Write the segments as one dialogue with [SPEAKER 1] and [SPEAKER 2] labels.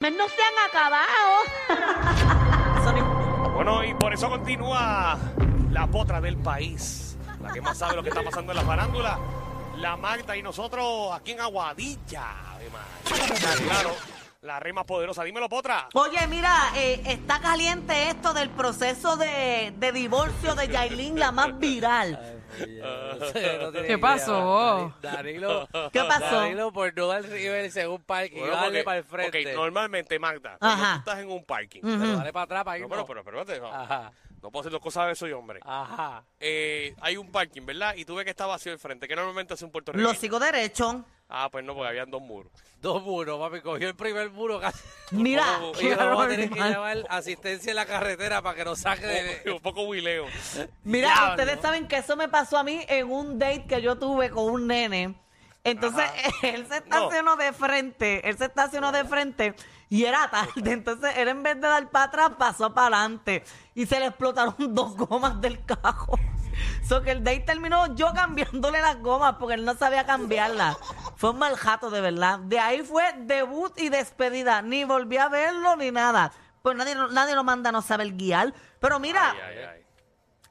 [SPEAKER 1] Pues no se han acabado.
[SPEAKER 2] Bueno, y por eso continúa la potra del país, la que más sabe lo que está pasando en la farándula, la Magda y nosotros aquí en Aguadilla, además. Claro, la rima poderosa. Dímelo, potra.
[SPEAKER 1] Oye, mira, eh, está caliente esto del proceso de, de divorcio de Yailin, la más viral.
[SPEAKER 3] ¿Qué pasó?
[SPEAKER 4] Danilo,
[SPEAKER 1] Ah. ¿Qué pasó?
[SPEAKER 4] Danilo por no dar river según parking,
[SPEAKER 2] Bueno,
[SPEAKER 4] iba a darle
[SPEAKER 2] porque-
[SPEAKER 4] para el frente.
[SPEAKER 2] ok, normalmente, Magda, cuando
[SPEAKER 1] Ajá.
[SPEAKER 2] tú estás en un parking,
[SPEAKER 4] Pero dale para atrás para
[SPEAKER 2] no,
[SPEAKER 4] irnos.
[SPEAKER 2] pero, pero, espérate, no,
[SPEAKER 4] Ajá,
[SPEAKER 2] no puedo hacer dos cosas a veces, soy hombre.
[SPEAKER 4] ajá.
[SPEAKER 2] Eh, hay un parking, ¿verdad? Y tú ves que está vacío el frente, que normalmente hace un puertorriqueño.
[SPEAKER 1] Lo sigo derecho.
[SPEAKER 2] Ah, pues no, porque habían dos muros.
[SPEAKER 4] Dos muros, papi, cogió el primer muro casi.
[SPEAKER 1] Mira.
[SPEAKER 2] Oh,
[SPEAKER 4] Y ahora vamos a tener que
[SPEAKER 1] normal.
[SPEAKER 4] llamar asistencia en la carretera para que nos saque de...
[SPEAKER 2] un poco huileo.
[SPEAKER 1] Mira,
[SPEAKER 4] Diablo.
[SPEAKER 1] ustedes saben que eso me pasó a mí en un date que yo tuve con un nene. Entonces, él se estacionó de frente, él se estacionó de frente y era tarde. Entonces, él en vez de dar para atrás, pasó para adelante y se le explotaron dos gomas del cajo. So que el date terminó yo cambiándole las gomas porque él no sabía cambiarlas. Fue un mal jato, de verdad. De ahí fue debut y despedida. Ni volví a verlo ni nada. Pues nadie, lo- nadie lo manda a no saber guiar. Pero mira,
[SPEAKER 2] Ay, ay, ay.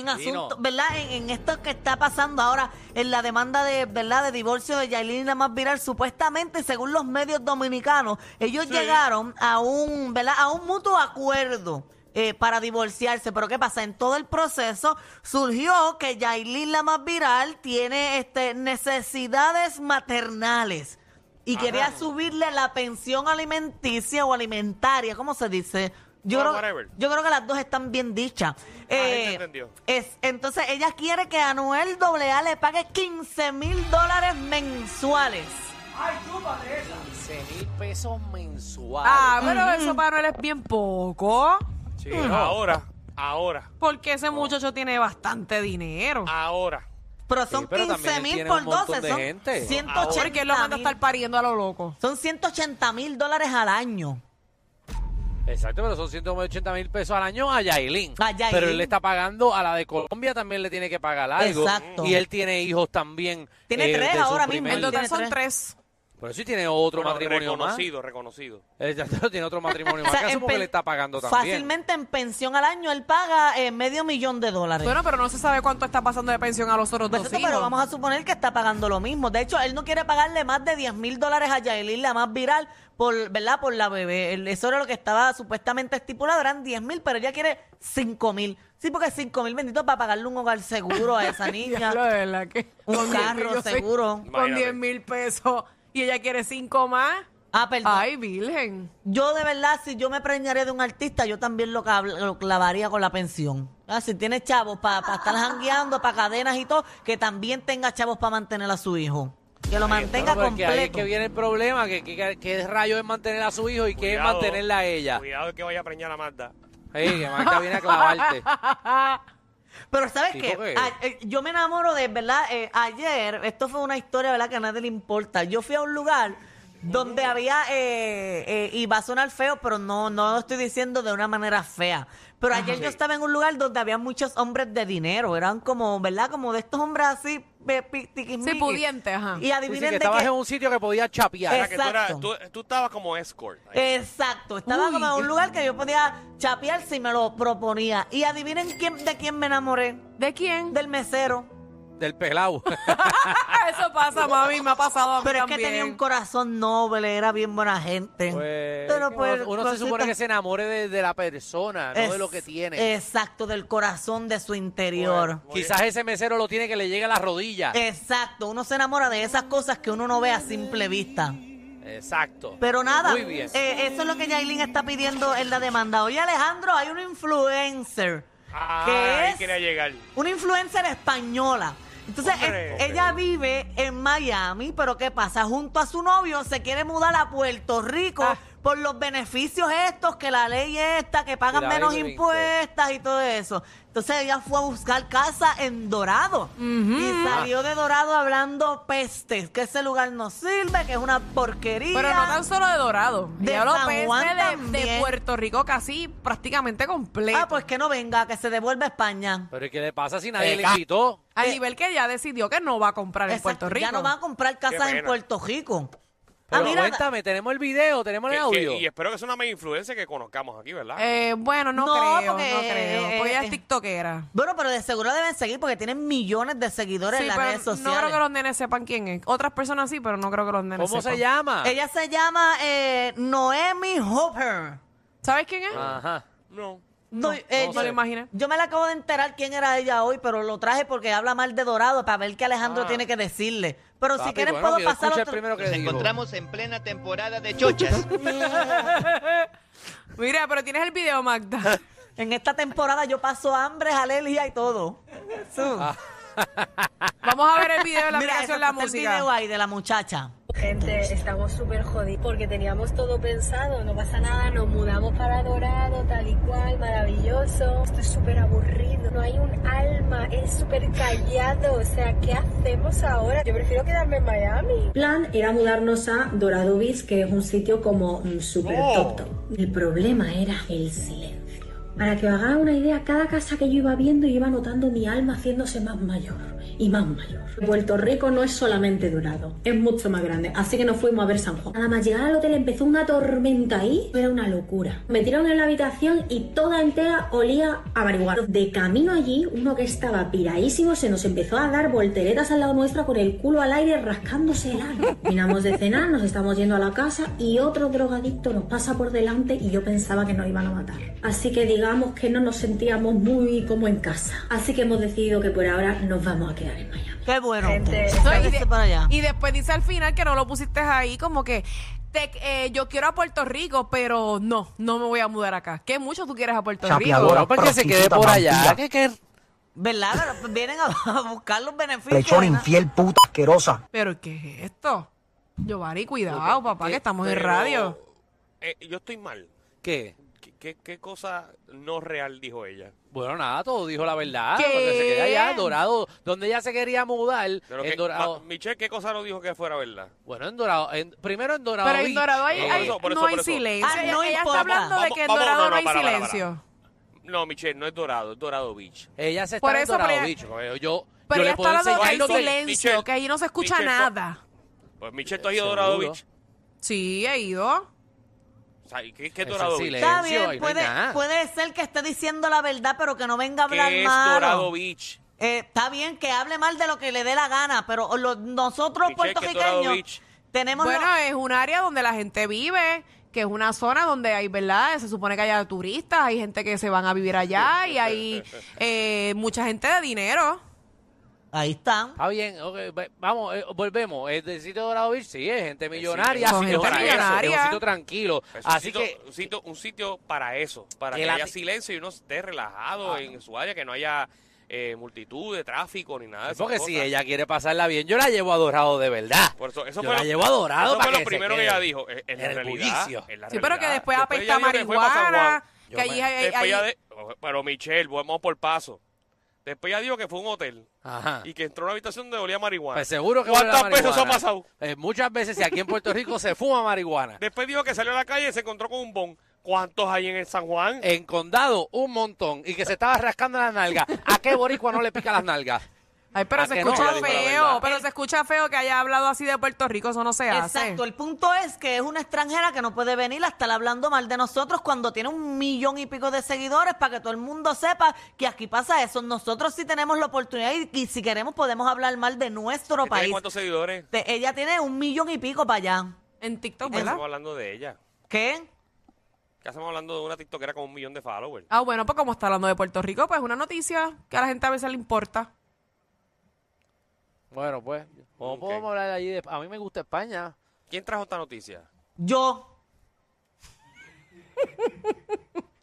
[SPEAKER 1] en
[SPEAKER 4] Dino.
[SPEAKER 1] asunto, ¿verdad? En, en esto que está pasando ahora, en la demanda de, ¿verdad? De divorcio de Yailin y la más viral, supuestamente, según los medios dominicanos, ellos llegaron a un, ¿verdad? A un mutuo acuerdo. eh, para divorciarse, pero ¿qué pasa? En todo el proceso surgió que Yailin la más viral tiene este, necesidades maternales y quería subirle la pensión alimenticia o alimentaria, ¿cómo se dice? Yo,
[SPEAKER 2] Bueno,
[SPEAKER 1] creo,
[SPEAKER 2] whatever.
[SPEAKER 1] yo creo que las dos están bien dichas.
[SPEAKER 4] Ah,
[SPEAKER 2] gente entendió.
[SPEAKER 1] Eh, es, entonces ella quiere que Anuel AA le pague 15 mil dólares mensuales.
[SPEAKER 4] 15 mil pesos mensuales.
[SPEAKER 3] Ah, pero eso para Noel es bien poco.
[SPEAKER 2] Ahora, ahora,
[SPEAKER 3] Porque ese muchacho tiene bastante dinero.
[SPEAKER 1] Ah,
[SPEAKER 2] ahora.
[SPEAKER 1] Pero son
[SPEAKER 4] pero también
[SPEAKER 1] 15 mil
[SPEAKER 4] tiene
[SPEAKER 1] por
[SPEAKER 4] un montón
[SPEAKER 1] 12,
[SPEAKER 4] de
[SPEAKER 1] son
[SPEAKER 4] gente.
[SPEAKER 1] 180
[SPEAKER 3] Porque él lo manda a estar
[SPEAKER 1] mil.
[SPEAKER 3] pariendo a lo loco.
[SPEAKER 1] Son 180 mil dólares al año.
[SPEAKER 4] Exacto, pero son 180 mil pesos al año a Yailin.
[SPEAKER 1] A Yailin.
[SPEAKER 4] Pero él le está pagando a la de Colombia, también le tiene que pagar algo.
[SPEAKER 1] Exacto.
[SPEAKER 4] Y él tiene hijos también. eh,
[SPEAKER 1] Tiene tres
[SPEAKER 4] de su
[SPEAKER 1] ahora mismo.
[SPEAKER 4] primer-
[SPEAKER 3] En
[SPEAKER 1] Él
[SPEAKER 3] total
[SPEAKER 1] tiene
[SPEAKER 3] son
[SPEAKER 1] tres.
[SPEAKER 3] tres.
[SPEAKER 4] Pero sí tiene otro
[SPEAKER 2] Bueno,
[SPEAKER 4] matrimonio más.
[SPEAKER 2] reconocido, reconocido.
[SPEAKER 4] Exacto, tiene otro matrimonio
[SPEAKER 1] O
[SPEAKER 4] más.
[SPEAKER 1] sea,
[SPEAKER 4] que
[SPEAKER 1] en
[SPEAKER 4] asumo que
[SPEAKER 1] pen-
[SPEAKER 4] le está pagando también.
[SPEAKER 1] Fácilmente en pensión al año él paga eh, medio millón de dólares.
[SPEAKER 3] Bueno, pero no se sabe cuánto está pasando de pensión a los otros
[SPEAKER 1] Pues
[SPEAKER 3] dos
[SPEAKER 1] eso,
[SPEAKER 3] hijos.
[SPEAKER 1] pero vamos a suponer que está pagando lo mismo. De hecho, él no quiere pagarle más de 10 mil dólares a Yaelin, la más viral, por, ¿verdad? Por la bebé. El- Eso era lo que estaba supuestamente estipulado, eran 10 mil, pero ella quiere 5 mil. Sí, porque 5 mil benditos para pagarle un hogar seguro a esa niña.
[SPEAKER 3] Diablo, de verdad que-
[SPEAKER 1] Un
[SPEAKER 3] Yo
[SPEAKER 1] carro
[SPEAKER 3] soy-
[SPEAKER 1] seguro.
[SPEAKER 3] Con
[SPEAKER 2] Imagínate.
[SPEAKER 3] 10 mil pesos. Y ella quiere cinco más.
[SPEAKER 1] Ah, perdón.
[SPEAKER 3] Ay, virgen.
[SPEAKER 1] Yo de verdad, si yo me preñaré de un artista, yo también lo, cab- lo clavaría con la pensión. Ah, si tiene chavos para estar jangueando, para cadenas y todo, que también tenga chavos para mantener a su hijo. Que lo mantenga
[SPEAKER 4] Claro, porque ahí es
[SPEAKER 1] completo.
[SPEAKER 4] pues, que viene el problema, que, que, que rayo es mantener a su hijo y que es
[SPEAKER 2] Cuidado,
[SPEAKER 4] mantenerla a ella.
[SPEAKER 2] Cuidado que vaya a preñar a Magda.
[SPEAKER 4] Ey, que Marta viene a clavarte.
[SPEAKER 1] Pero ¿sabes
[SPEAKER 4] Sí,
[SPEAKER 1] qué?
[SPEAKER 4] porque-
[SPEAKER 1] A- eh, yo me enamoro de, ¿verdad? Eh, ayer, esto fue una historia, ¿verdad? Que a nadie le importa. Yo fui a un lugar donde
[SPEAKER 4] Mm.
[SPEAKER 1] había, eh, eh, y va a sonar feo, pero no, no lo estoy diciendo de una manera fea. Pero ayer yo estaba en un lugar donde había muchos hombres de dinero. Eran como, ¿verdad? Como de estos hombres así, pe- pi- tiquismiquis.
[SPEAKER 3] Sí, pudiente, ajá.
[SPEAKER 1] Y
[SPEAKER 4] Sí, sí,
[SPEAKER 1] adivinen
[SPEAKER 4] que
[SPEAKER 1] de
[SPEAKER 4] estabas en
[SPEAKER 1] qué.
[SPEAKER 4] un sitio que podías chapear.
[SPEAKER 2] O sea, que tú, eras-
[SPEAKER 1] Exacto.
[SPEAKER 2] tú- tú estabas como escort. ahí.
[SPEAKER 4] Eh,
[SPEAKER 1] Exacto, estaba
[SPEAKER 3] Uy.
[SPEAKER 1] como en un lugar que yo podía chapear si me lo proponía. Y adivinen quién, de quién me enamoré.
[SPEAKER 3] ¿De quién? Ah,
[SPEAKER 1] Del mesero.
[SPEAKER 4] Del pelado.
[SPEAKER 3] Eso pasa, mami. Me ha pasado a mí
[SPEAKER 1] Pero es que
[SPEAKER 3] también.
[SPEAKER 1] tenía un corazón noble, era bien buena gente.
[SPEAKER 4] Pues,
[SPEAKER 1] Pero
[SPEAKER 4] uno-
[SPEAKER 1] pues,
[SPEAKER 4] uno se supone
[SPEAKER 1] cositas-
[SPEAKER 4] que se enamore de, de la persona, no de lo que
[SPEAKER 1] Es-
[SPEAKER 4] tiene. Pues,
[SPEAKER 1] Exacto, del corazón de su interior.
[SPEAKER 4] Quizás ese mesero lo tiene que le llegue a las rodillas.
[SPEAKER 1] Eh, Exacto, uno se enamora de esas cosas que uno no ve a simple vista.
[SPEAKER 4] Exacto.
[SPEAKER 1] Pero nada,
[SPEAKER 4] Muy bien.
[SPEAKER 1] eh, eso es lo que Yailin está pidiendo en la demanda. Oye Alejandro, hay un influencer.
[SPEAKER 2] Ah,
[SPEAKER 1] que
[SPEAKER 2] ahí
[SPEAKER 1] es-
[SPEAKER 2] quería llegar.
[SPEAKER 1] una influencer española. Entonces,
[SPEAKER 2] Hombre.
[SPEAKER 1] e- ella vive en Miami, pero ¿qué pasa? Junto a su novio se quiere mudar a Puerto Rico
[SPEAKER 3] Ah.
[SPEAKER 1] por los beneficios estos, que la ley esta, que pagan
[SPEAKER 4] Y la
[SPEAKER 1] menos
[SPEAKER 4] ley de
[SPEAKER 1] impuestas y todo eso. Entonces ella fue a buscar casa en Dorado y salió de Dorado hablando pestes, que ese lugar no sirve, que es una porquería.
[SPEAKER 3] Pero no tan solo de Dorado.
[SPEAKER 1] De
[SPEAKER 3] ya lo
[SPEAKER 1] San
[SPEAKER 3] pensé
[SPEAKER 1] Juan
[SPEAKER 3] de- de,
[SPEAKER 1] también.
[SPEAKER 3] Puerto Rico casi prácticamente completo.
[SPEAKER 1] Ah, pues que no venga, que se devuelva a España.
[SPEAKER 4] Pero ¿y ¿qué le pasa si nadie
[SPEAKER 2] Eh,
[SPEAKER 4] le
[SPEAKER 2] ca-
[SPEAKER 4] invitó?
[SPEAKER 3] Al
[SPEAKER 1] eh,
[SPEAKER 3] nivel que ya decidió que no va a comprar en
[SPEAKER 1] Exacto,
[SPEAKER 3] Puerto Rico.
[SPEAKER 1] Ya no van a comprar casas en
[SPEAKER 2] pena.
[SPEAKER 1] Puerto Rico.
[SPEAKER 4] Pero
[SPEAKER 1] mira,
[SPEAKER 4] cuéntame, tenemos el video, tenemos el
[SPEAKER 2] Que-
[SPEAKER 4] audio.
[SPEAKER 2] que- y espero que sea una media influencia que conozcamos aquí, ¿verdad?
[SPEAKER 3] Eh, bueno, no,
[SPEAKER 1] No,
[SPEAKER 3] creo,
[SPEAKER 1] porque-
[SPEAKER 3] no creo. Porque ella
[SPEAKER 1] eh,
[SPEAKER 3] es tiktokera.
[SPEAKER 1] Bueno, pero de seguro deben seguir porque tienen millones de seguidores
[SPEAKER 3] Sí,
[SPEAKER 1] en las
[SPEAKER 3] pero
[SPEAKER 1] redes
[SPEAKER 3] no creo
[SPEAKER 1] sociales.
[SPEAKER 3] que los nenes sepan quién es. Otras personas sí, pero no creo que los nenes
[SPEAKER 4] ¿Cómo
[SPEAKER 3] sepan.
[SPEAKER 4] se llama?
[SPEAKER 1] Ella se llama eh, Noemi Hopper.
[SPEAKER 3] ¿Sabes quién es?
[SPEAKER 4] Ajá.
[SPEAKER 2] no.
[SPEAKER 1] No, eh, yo,
[SPEAKER 4] no se lo
[SPEAKER 3] imaginé.
[SPEAKER 1] yo me la acabo de enterar quién era ella hoy, pero lo traje porque habla mal de Dorado para ver qué Alejandro
[SPEAKER 4] Ah.
[SPEAKER 1] tiene que decirle. Pero si
[SPEAKER 4] Papi,
[SPEAKER 1] quieren
[SPEAKER 4] bueno, que
[SPEAKER 1] puedo
[SPEAKER 4] yo
[SPEAKER 1] pasar
[SPEAKER 4] escuche
[SPEAKER 1] otro.
[SPEAKER 4] primero que
[SPEAKER 5] Nos
[SPEAKER 4] digo.
[SPEAKER 5] encontramos en plena temporada de chochas.
[SPEAKER 3] Mira, pero tienes el video, Magda.
[SPEAKER 1] En esta temporada yo paso hambre, alelia y todo. Eso.
[SPEAKER 3] Vamos a ver el video de la
[SPEAKER 1] Mira, eso
[SPEAKER 3] aplicación La
[SPEAKER 1] está el video
[SPEAKER 3] Música.
[SPEAKER 1] ahí de la muchacha.
[SPEAKER 6] Gente, estamos súper jodidos porque teníamos todo pensado, no pasa nada, nos mudamos para Dorado, tal y cual, maravilloso. Esto es súper aburrido, no hay un alma, es súper callado, o sea, ¿qué hacemos ahora? Yo prefiero quedarme en Miami.
[SPEAKER 7] plan era mudarnos a Dorado Beach, que es un sitio como mm, super
[SPEAKER 2] Oh.
[SPEAKER 7] top top. El problema era el silencio. Para que os hagáis una idea, cada casa que yo iba viendo, yo iba notando mi alma haciéndose más mayor y más mayor. Puerto Rico no es solamente dorado, es mucho más grande, así que nos fuimos a ver San Juan. Nada más llegar al hotel empezó una tormenta ahí, era una locura. Me tiraron en la habitación y toda entera olía a marihuana. De camino allí, uno que estaba piradísimo se nos empezó a dar volteretas al lado nuestra con el culo al aire rascándose el ano. Terminamos de cenar, nos estamos yendo a la casa y otro drogadicto nos pasa por delante y yo pensaba que nos iban a matar. Así que digamos que no nos sentíamos muy como en casa. Así que hemos decidido que por ahora nos vamos a quedar en Miami.
[SPEAKER 1] Qué bueno.
[SPEAKER 6] Gente,
[SPEAKER 3] No, y,
[SPEAKER 1] Parece
[SPEAKER 3] de-
[SPEAKER 1] para allá.
[SPEAKER 3] y después dice al final que no lo pusiste ahí, como que te- eh, yo quiero a Puerto Rico, pero no, no me voy a mudar acá. Que mucho tú quieres a Puerto Rico.
[SPEAKER 8] Chapeadora,
[SPEAKER 4] No, para pues que se quede
[SPEAKER 8] prostituta,
[SPEAKER 4] por allá.
[SPEAKER 8] vampira.
[SPEAKER 4] Que, que-
[SPEAKER 1] ¿Verdad? Pero vienen a, a buscar los beneficios.
[SPEAKER 8] Lechón
[SPEAKER 1] ¿verdad?
[SPEAKER 8] infiel, puta asquerosa.
[SPEAKER 3] Pero ¿qué es esto? Giovanni, cuidado, papá, que
[SPEAKER 2] Eh,
[SPEAKER 3] estamos en
[SPEAKER 2] pero,
[SPEAKER 3] radio.
[SPEAKER 2] eh, yo estoy mal.
[SPEAKER 4] ¿Qué?
[SPEAKER 2] ¿Qué, qué, qué cosa no real dijo ella?
[SPEAKER 4] Bueno, nada, todo dijo la verdad.
[SPEAKER 3] ¿Qué?
[SPEAKER 4] Cuando se queda allá, en Dorado, donde ella se quería mudar,
[SPEAKER 2] Pero
[SPEAKER 4] en
[SPEAKER 2] que- Ah.
[SPEAKER 4] Dorado.
[SPEAKER 2] Ma- Michelle, ¿qué cosa no dijo que fuera verdad?
[SPEAKER 4] Bueno, en Dorado, en- primero en Dorado
[SPEAKER 3] Pero en
[SPEAKER 4] Beach.
[SPEAKER 3] Dorado hay,
[SPEAKER 2] No, por
[SPEAKER 3] hay-
[SPEAKER 2] eso, por eso,
[SPEAKER 3] no
[SPEAKER 2] por
[SPEAKER 3] hay
[SPEAKER 2] eso.
[SPEAKER 3] silencio.
[SPEAKER 1] Ah,
[SPEAKER 3] Ella-
[SPEAKER 1] no
[SPEAKER 3] ella
[SPEAKER 1] importa.
[SPEAKER 3] está hablando de
[SPEAKER 2] Vamos-
[SPEAKER 3] que en
[SPEAKER 2] vamos-
[SPEAKER 3] Dorado no,
[SPEAKER 2] no, no,
[SPEAKER 3] hay
[SPEAKER 2] para, para, para.
[SPEAKER 3] silencio.
[SPEAKER 2] No, Michelle, no es Dorado, es Dorado Beach.
[SPEAKER 4] Ella se
[SPEAKER 3] Por
[SPEAKER 4] está en
[SPEAKER 3] eso, pero
[SPEAKER 4] Dorado
[SPEAKER 3] ella-
[SPEAKER 4] Beach. Yo, yo le
[SPEAKER 3] Pero ella está
[SPEAKER 4] puedo
[SPEAKER 3] hablando de que
[SPEAKER 4] enseñar
[SPEAKER 3] hay
[SPEAKER 2] enseñar todo.
[SPEAKER 3] silencio,
[SPEAKER 2] Michelle,
[SPEAKER 3] que allí no se escucha
[SPEAKER 2] Michelle, por-
[SPEAKER 3] nada.
[SPEAKER 2] Pues Michelle, ¿tú has ido a
[SPEAKER 4] Eh, Seguro.
[SPEAKER 2] Dorado Beach?
[SPEAKER 3] Sí, he ido.
[SPEAKER 2] O sea, ¿y ¿qué, qué es
[SPEAKER 4] Eso
[SPEAKER 2] Dorado
[SPEAKER 4] sí
[SPEAKER 2] Beach?
[SPEAKER 4] le-
[SPEAKER 1] Está
[SPEAKER 4] Silencio,
[SPEAKER 1] bien,
[SPEAKER 4] ahí no hay
[SPEAKER 1] puede,
[SPEAKER 4] nada.
[SPEAKER 1] puede ser que esté diciendo la verdad, pero que no venga a hablar
[SPEAKER 2] ¿Qué es
[SPEAKER 1] malo.
[SPEAKER 2] Dorado Beach?
[SPEAKER 1] Eh, está bien que hable mal de lo que le dé la gana, pero lo- nosotros
[SPEAKER 2] Michelle, que Dorado
[SPEAKER 1] puertorriqueños
[SPEAKER 2] Beach.
[SPEAKER 1] tenemos
[SPEAKER 3] Bueno, eh,
[SPEAKER 1] la-
[SPEAKER 3] es un área donde la gente vive, que es una zona donde hay, ¿verdad? Se supone que hay turistas, hay gente que se van a vivir allá y hay eh, mucha gente de dinero.
[SPEAKER 1] Ahí están.
[SPEAKER 4] Está bien, ok, va- vamos, eh, volvemos. El del sitio de Dorado Beach sí es gente millonaria,
[SPEAKER 3] Son
[SPEAKER 4] es
[SPEAKER 3] gente
[SPEAKER 4] para eso,
[SPEAKER 3] millonaria.
[SPEAKER 4] es un sitio tranquilo.
[SPEAKER 2] Es un
[SPEAKER 4] Así
[SPEAKER 2] sitio-
[SPEAKER 4] que
[SPEAKER 2] un sitio, un sitio para eso, para
[SPEAKER 4] Que
[SPEAKER 2] que,
[SPEAKER 4] la Ah.
[SPEAKER 2] haya
[SPEAKER 4] te-
[SPEAKER 2] silencio y uno esté relajado en su área, que no haya eh, multitud de tráfico ni nada de
[SPEAKER 4] Es
[SPEAKER 2] eso.
[SPEAKER 4] Porque si ella quiere pasarla bien, yo la llevo a Dorado de verdad.
[SPEAKER 2] Por eso, eso
[SPEAKER 4] yo
[SPEAKER 2] fue
[SPEAKER 4] la
[SPEAKER 2] lo-
[SPEAKER 4] llevo a Dorado
[SPEAKER 2] eso fue
[SPEAKER 4] para
[SPEAKER 2] lo
[SPEAKER 4] que se
[SPEAKER 2] primero que
[SPEAKER 4] quede.
[SPEAKER 2] ella dijo. e-, En, en
[SPEAKER 4] En el
[SPEAKER 2] realidad,
[SPEAKER 4] bullicio.
[SPEAKER 2] en la
[SPEAKER 3] Sí, pero que
[SPEAKER 2] realidad.
[SPEAKER 3] después apesta
[SPEAKER 2] ella dijo que fue pa' San
[SPEAKER 3] marihuana,
[SPEAKER 2] Juan.
[SPEAKER 4] Yo
[SPEAKER 3] que
[SPEAKER 4] me-
[SPEAKER 3] allí hay-
[SPEAKER 2] Después
[SPEAKER 3] hay-
[SPEAKER 2] ella de- oh, Pero Michelle, vamos por paso. Después ella dijo que fue a un hotel
[SPEAKER 4] Ajá.
[SPEAKER 2] y que entró a una habitación donde olía marihuana.
[SPEAKER 4] Pues seguro que huele a
[SPEAKER 2] ¿Cuántas veces eso ha
[SPEAKER 4] marihuana.
[SPEAKER 2] pasado?
[SPEAKER 4] Eh, muchas veces, si aquí en Puerto Rico se fuma marihuana.
[SPEAKER 2] Después dijo que salió a la calle y se encontró con un bon. ¿Cuántos hay en el San Juan?
[SPEAKER 4] En condado, un montón. Y que se estaba rascando las nalgas. ¿A qué boricua no le pica las nalgas?
[SPEAKER 3] Ay, pero
[SPEAKER 4] ¿A
[SPEAKER 3] se
[SPEAKER 4] que no?
[SPEAKER 3] escucha
[SPEAKER 4] Ella dijo la
[SPEAKER 3] feo,
[SPEAKER 4] verdad.
[SPEAKER 3] pero se escucha feo que haya hablado así de Puerto Rico, eso no se
[SPEAKER 1] Eh, Exacto, el punto es que es una extranjera que no puede venir a estar hablando mal de nosotros cuando tiene un millón y pico de seguidores para que todo el mundo sepa que aquí pasa eso. Nosotros sí tenemos la oportunidad y, y si queremos podemos hablar mal de nuestro
[SPEAKER 2] ¿Tiene
[SPEAKER 1] país.
[SPEAKER 2] ¿Cuántos seguidores?
[SPEAKER 1] Te- ella tiene un millón y pico para allá.
[SPEAKER 3] hace. En TikTok,
[SPEAKER 2] ¿Qué
[SPEAKER 3] ¿verdad?
[SPEAKER 2] estamos hablando de ella?
[SPEAKER 1] ¿Qué?
[SPEAKER 2] ¿Qué estamos hablando de una tiktokera con un millón de followers?
[SPEAKER 3] Ah, bueno, pues como está hablando de Puerto Rico, pues una noticia que a la gente a veces le importa.
[SPEAKER 4] Bueno, pues, ¿cómo
[SPEAKER 2] Ok.
[SPEAKER 4] podemos hablar allí? de- A mí me gusta España.
[SPEAKER 2] ¿Quién trajo esta noticia?
[SPEAKER 1] Yo.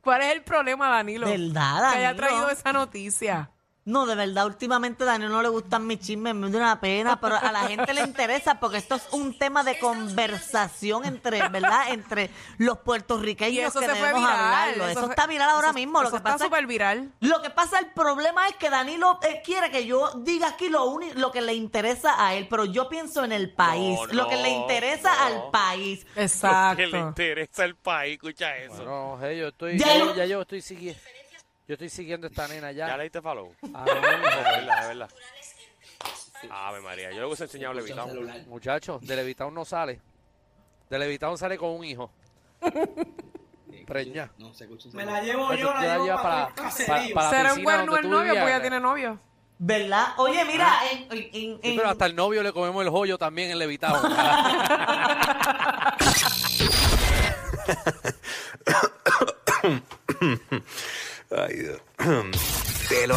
[SPEAKER 3] ¿Cuál es el problema, Danilo?
[SPEAKER 1] Del nada,
[SPEAKER 3] Que haya
[SPEAKER 1] Danilo.
[SPEAKER 3] traído esa noticia.
[SPEAKER 1] No, de verdad, últimamente a Daniel no le gustan mis chismes, me da una pena, pero a la gente le interesa porque esto es un tema de conversación entre, ¿verdad? Entre los puertorriqueños
[SPEAKER 3] Y eso
[SPEAKER 1] que
[SPEAKER 3] se fue
[SPEAKER 1] debemos
[SPEAKER 3] viral.
[SPEAKER 1] hablarlo. Eso,
[SPEAKER 3] fue-
[SPEAKER 1] está viral ahora
[SPEAKER 3] eso-
[SPEAKER 1] mismo. Lo
[SPEAKER 3] eso
[SPEAKER 1] que,
[SPEAKER 3] está
[SPEAKER 1] pasa,
[SPEAKER 3] súper viral.
[SPEAKER 1] lo que pasa, el problema es que Danilo eh, quiere que yo diga aquí lo, uni- lo que le interesa a él, pero yo pienso en el país,
[SPEAKER 2] No,
[SPEAKER 1] lo que le
[SPEAKER 2] no,
[SPEAKER 1] interesa
[SPEAKER 2] no.
[SPEAKER 1] al país.
[SPEAKER 2] Que le
[SPEAKER 3] Exacto.
[SPEAKER 2] interesa al país, escucha eso.
[SPEAKER 4] Bueno, no sé, yo estoy,
[SPEAKER 1] Ya
[SPEAKER 4] ya,
[SPEAKER 1] lo-
[SPEAKER 4] ya yo estoy siguiendo. Yo estoy siguiendo a esta nena ya.
[SPEAKER 2] ¿Ya leíste follow?
[SPEAKER 4] Ah, no,
[SPEAKER 2] Es verdad, es verdad. Ave María, yo le hubiese enseñado a Levitón.
[SPEAKER 4] Muchachos, de Levitown no sale. De Levitown sale con un hijo. Preña.
[SPEAKER 8] No, se escucha.
[SPEAKER 9] Me la llevo
[SPEAKER 4] Eso
[SPEAKER 9] yo,
[SPEAKER 4] te
[SPEAKER 9] la
[SPEAKER 4] la
[SPEAKER 9] llevo
[SPEAKER 4] lleva
[SPEAKER 9] para,
[SPEAKER 4] para-
[SPEAKER 9] todo el caserío.
[SPEAKER 4] para-
[SPEAKER 3] Será un
[SPEAKER 4] piscina
[SPEAKER 3] cuerno
[SPEAKER 4] donde
[SPEAKER 3] el
[SPEAKER 4] tú
[SPEAKER 3] novio
[SPEAKER 4] vivías.
[SPEAKER 3] porque ya tiene novio.
[SPEAKER 1] ¿Verdad? Oye, mira,
[SPEAKER 9] Ah.
[SPEAKER 1] en- en- en-
[SPEAKER 4] Sí, pero hasta el novio le comemos el joyo también en Levitown.
[SPEAKER 10] Ay, Dios. Te lo